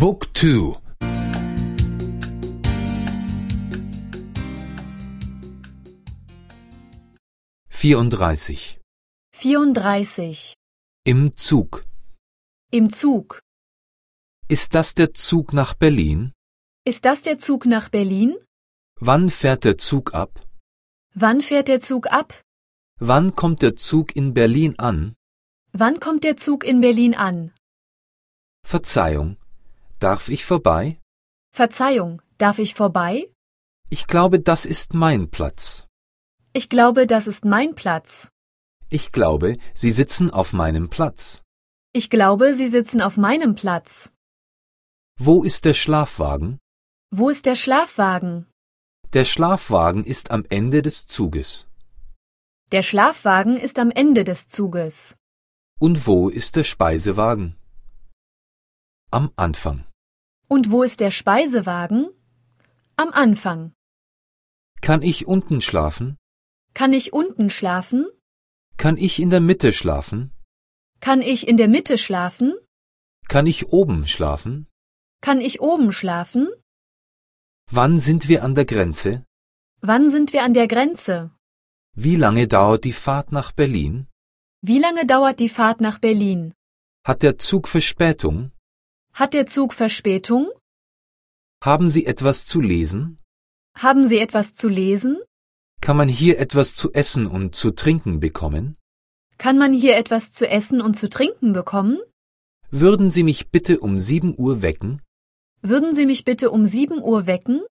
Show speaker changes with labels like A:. A: บุ๊กทู34
B: 34.
A: Im Zug.
B: Im Zug.
A: Ist das der Zug nach Berlin?
B: Ist das der Zug nach Berlin?
A: Wann fährt der Zug ab?
B: Wann fährt der Zug ab?
A: Wann kommt der Zug in Berlin an?
B: Wann kommt der Zug in Berlin an?
A: Verzeihung. Darf ich vorbei?
B: Verzeihung, darf ich vorbei?
A: Ich glaube, das ist mein Platz.
B: Ich glaube, das ist mein Platz.
A: Ich glaube, Sie sitzen auf meinem Platz.
B: Ich glaube, Sie sitzen auf meinem Platz.
A: Wo ist der Schlafwagen?
B: Wo ist der Schlafwagen?
A: Der Schlafwagen ist am Ende des Zuges.
B: Der Schlafwagen ist am Ende des Zuges.
A: Und wo ist der Speisewagen? Am Anfang.
B: Und wo ist der Speisewagen? Am Anfang.
A: Kann ich unten schlafen?
B: Kann ich unten schlafen?
A: Kann ich in der Mitte schlafen?
B: Kann ich in der Mitte schlafen?
A: Kann ich oben schlafen?
B: Kann ich oben schlafen?
A: Wann sind wir an der Grenze?
B: Wann sind wir an der Grenze?
A: Wie lange dauert die Fahrt nach Berlin?
B: Wie lange dauert die Fahrt nach Berlin?
A: Hat der Zug Verspätung?
B: Hat der Zug Verspätung?
A: Haben Sie etwas zu lesen?
B: Haben Sie etwas zu lesen?
A: Kann man hier etwas zu essen und zu trinken bekommen?
B: Kann man hier etwas zu essen und zu trinken bekommen?
A: Würden Sie mich bitte um 7 Uhr wecken?
B: Würden Sie mich bitte um 7 Uhr wecken?